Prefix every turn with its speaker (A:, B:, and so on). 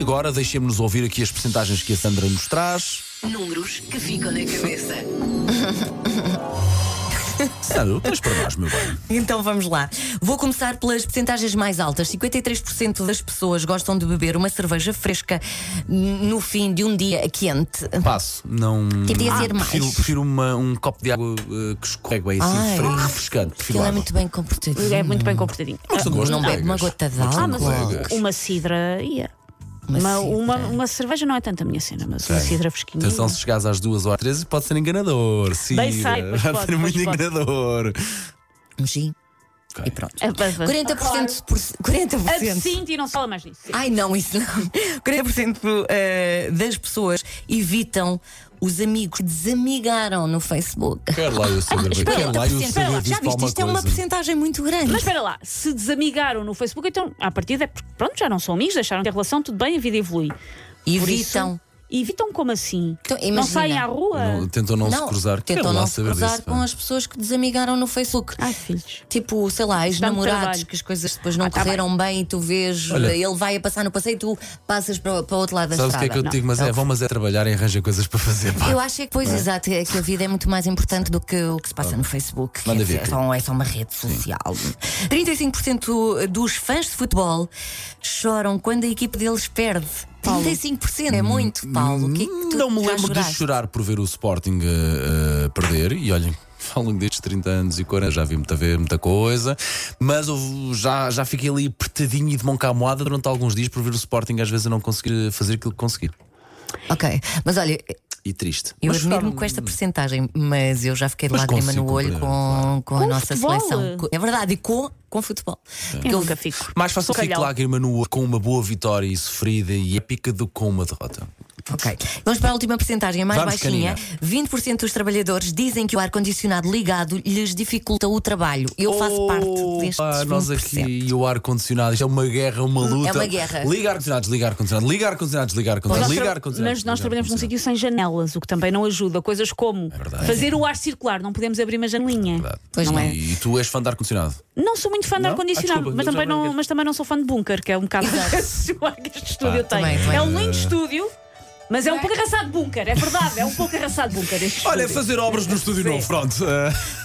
A: Agora deixemos-nos ouvir aqui as percentagens que a Sandra nos traz.
B: Números que ficam na cabeça.
A: Sandra, tens para nós, meu bem.
C: Então vamos lá. Vou começar pelas percentagens mais altas. 53% das pessoas gostam de beber uma cerveja fresca n- no fim de um dia quente.
A: Passo, não. Ah,
C: Queria dizer Tipo, mais.
A: prefiro prefiro uma- um copo de água eh, que escorrega bem assim,
C: Ai.
A: fre- refrescante. Prefiro
C: Aquilo é
A: água.
C: muito bem comportadinho.
D: É muito bem comportadinho. Ah,
A: Mas tu gostas,
C: Não bebe
A: colegas?
C: uma gota de
A: Mas tu
C: álcool.
A: colegas?
D: Uma cidra ia.
C: Uma
D: Uma, uma,
C: cidra.
D: uma cerveja não é tanto a minha cena, mas uma
A: Sim.
D: cidra fresquinha.
A: Atenção, se chegares às 2 horas 13 pode ser enganador. Sim,
D: Bem sei,
A: vai
D: pois pode,
A: ser
D: pois
A: muito
D: pode.
A: enganador.
C: Um gin
A: Ok.
C: e pronto.
D: É, vai- vai-
C: 40%. Por, 40%.
D: Absinthe e não se fala mais disso.
C: Ai não, isso não. 40% eh, das pessoas evitam os amigos que desamigaram no Facebook.
A: Quero lá eu saber. bem. Quero lá eu
C: 40%. Espera
A: saber
C: lá, Já
A: disto para
C: viste?
A: alguma
C: Isto é uma
A: coisa.
C: percentagem muito grande.
D: Mas espera lá, se desamigaram no Facebook, então à partida é porque pronto, já não são amigos, deixaram de ter relação, tudo bem, a vida evolui. Por isso-
C: Evitam.
D: evitam como assim?
C: Então,
D: não
C: imagina.
D: saem à rua?
A: Não, tentam não, se cruzar. Quero
C: Tentam
A: lá
C: não se
A: saber
C: cruzar
A: disso.
C: com
A: pá.
C: as pessoas que desamigaram no Facebook.
D: Ai, filhos.
C: Tipo, sei lá, os
D: Ah. Dá-me
C: namorados
D: trabalho.
C: que as coisas depois não
D: Ah, tá
C: correram bem. e tu vês,
A: Olha.
C: ele vai a passar no passeio e tu passas para, para o outro lado da
A: Sabes o que
C: estrada.
A: é que eu te digo? Mas é,
C: Não.
A: vão, mas é trabalhar e arranjar coisas para fazer. Pá.
C: Eu acho é que, pois, exato, é que a vida é muito mais importante do que o que se passa no Facebook. que
A: Manda
C: é,
A: ver,
C: é só, é só uma rede social. 35% dos fãs de futebol choram quando a equipe deles perde. 35% é muito, Paulo. O que é que tu
A: Hum, Não me
C: já
A: lembro de
C: choraste?
A: chorar por ver o Sporting eh, eh, perder e olhem. Ao longo destes 30 anos e 40 já vi muita, ver, muita coisa, mas eu já, já fiquei ali apertadinho e de mão cá à moada durante alguns dias por ver o Sporting às vezes eu não conseguir fazer aquilo que consegui.
C: Ok, mas olha,
A: E triste.
C: Eu
A: Mas
C: admiro-me
A: chorar-
C: com esta percentagem, mas eu já fiquei de
A: Mas
C: lágrima
A: consigo
C: no olho
A: compreender,
C: com, com a
D: Com
C: nossa
D: futebol.
C: seleção. Co- É verdade, e com, com futebol.
A: É.
C: Porque
D: Eu
C: eu-
D: nunca fico.
A: Mais fácil
D: Sou
A: fico
D: calhau.
A: lágrima no olho com uma boa vitória e sofrida e épica do que com uma derrota.
C: Ok. Vamos para a última percentagem, a mais
A: Vamos,
C: baixinha. 20% dos trabalhadores dizem que o ar-condicionado ligado lhes dificulta o trabalho. Eu faço parte destes
A: Opa, nós
C: 20%.
A: aqui e o ar-condicionado, isto é uma guerra, uma luta.
C: Hum, uma guerra.
A: Liga ar-condicionado, desliga ar-condicionado, liga ar-condicionado, desliga
D: Mas
A: ar-condicionado,
D: nós,
A: liga
D: tra-
A: ar-condicionado.
D: mas nós
A: desliga
D: trabalhamos num
A: ar-condicionado.
D: sítio sem janelas, o que também não ajuda. Coisas como
A: É verdade. É
D: fazer o ar circular, não podemos abrir uma janelinha.
A: Verdade.
C: Pois
A: E-
C: não. é?
A: E tu és fã de ar-condicionado.
D: Não sou muito fã de
A: Não? Ah,
D: ar-condicionado,
A: desculpa,
D: mas,
A: eu
D: também
A: já não
D: não-
A: quero-
D: mas também não sou fã de bunker, que é um bocado o que este
A: Ah,
D: estúdio tem.
C: Também, também.
D: É um lindo estúdio, mas é um pouco arrasado bunker, é verdade, é um pouco arrasado bunker. este
A: Olha,
D: estúdio.
A: fazer obras no estúdio novo, pronto. Eh,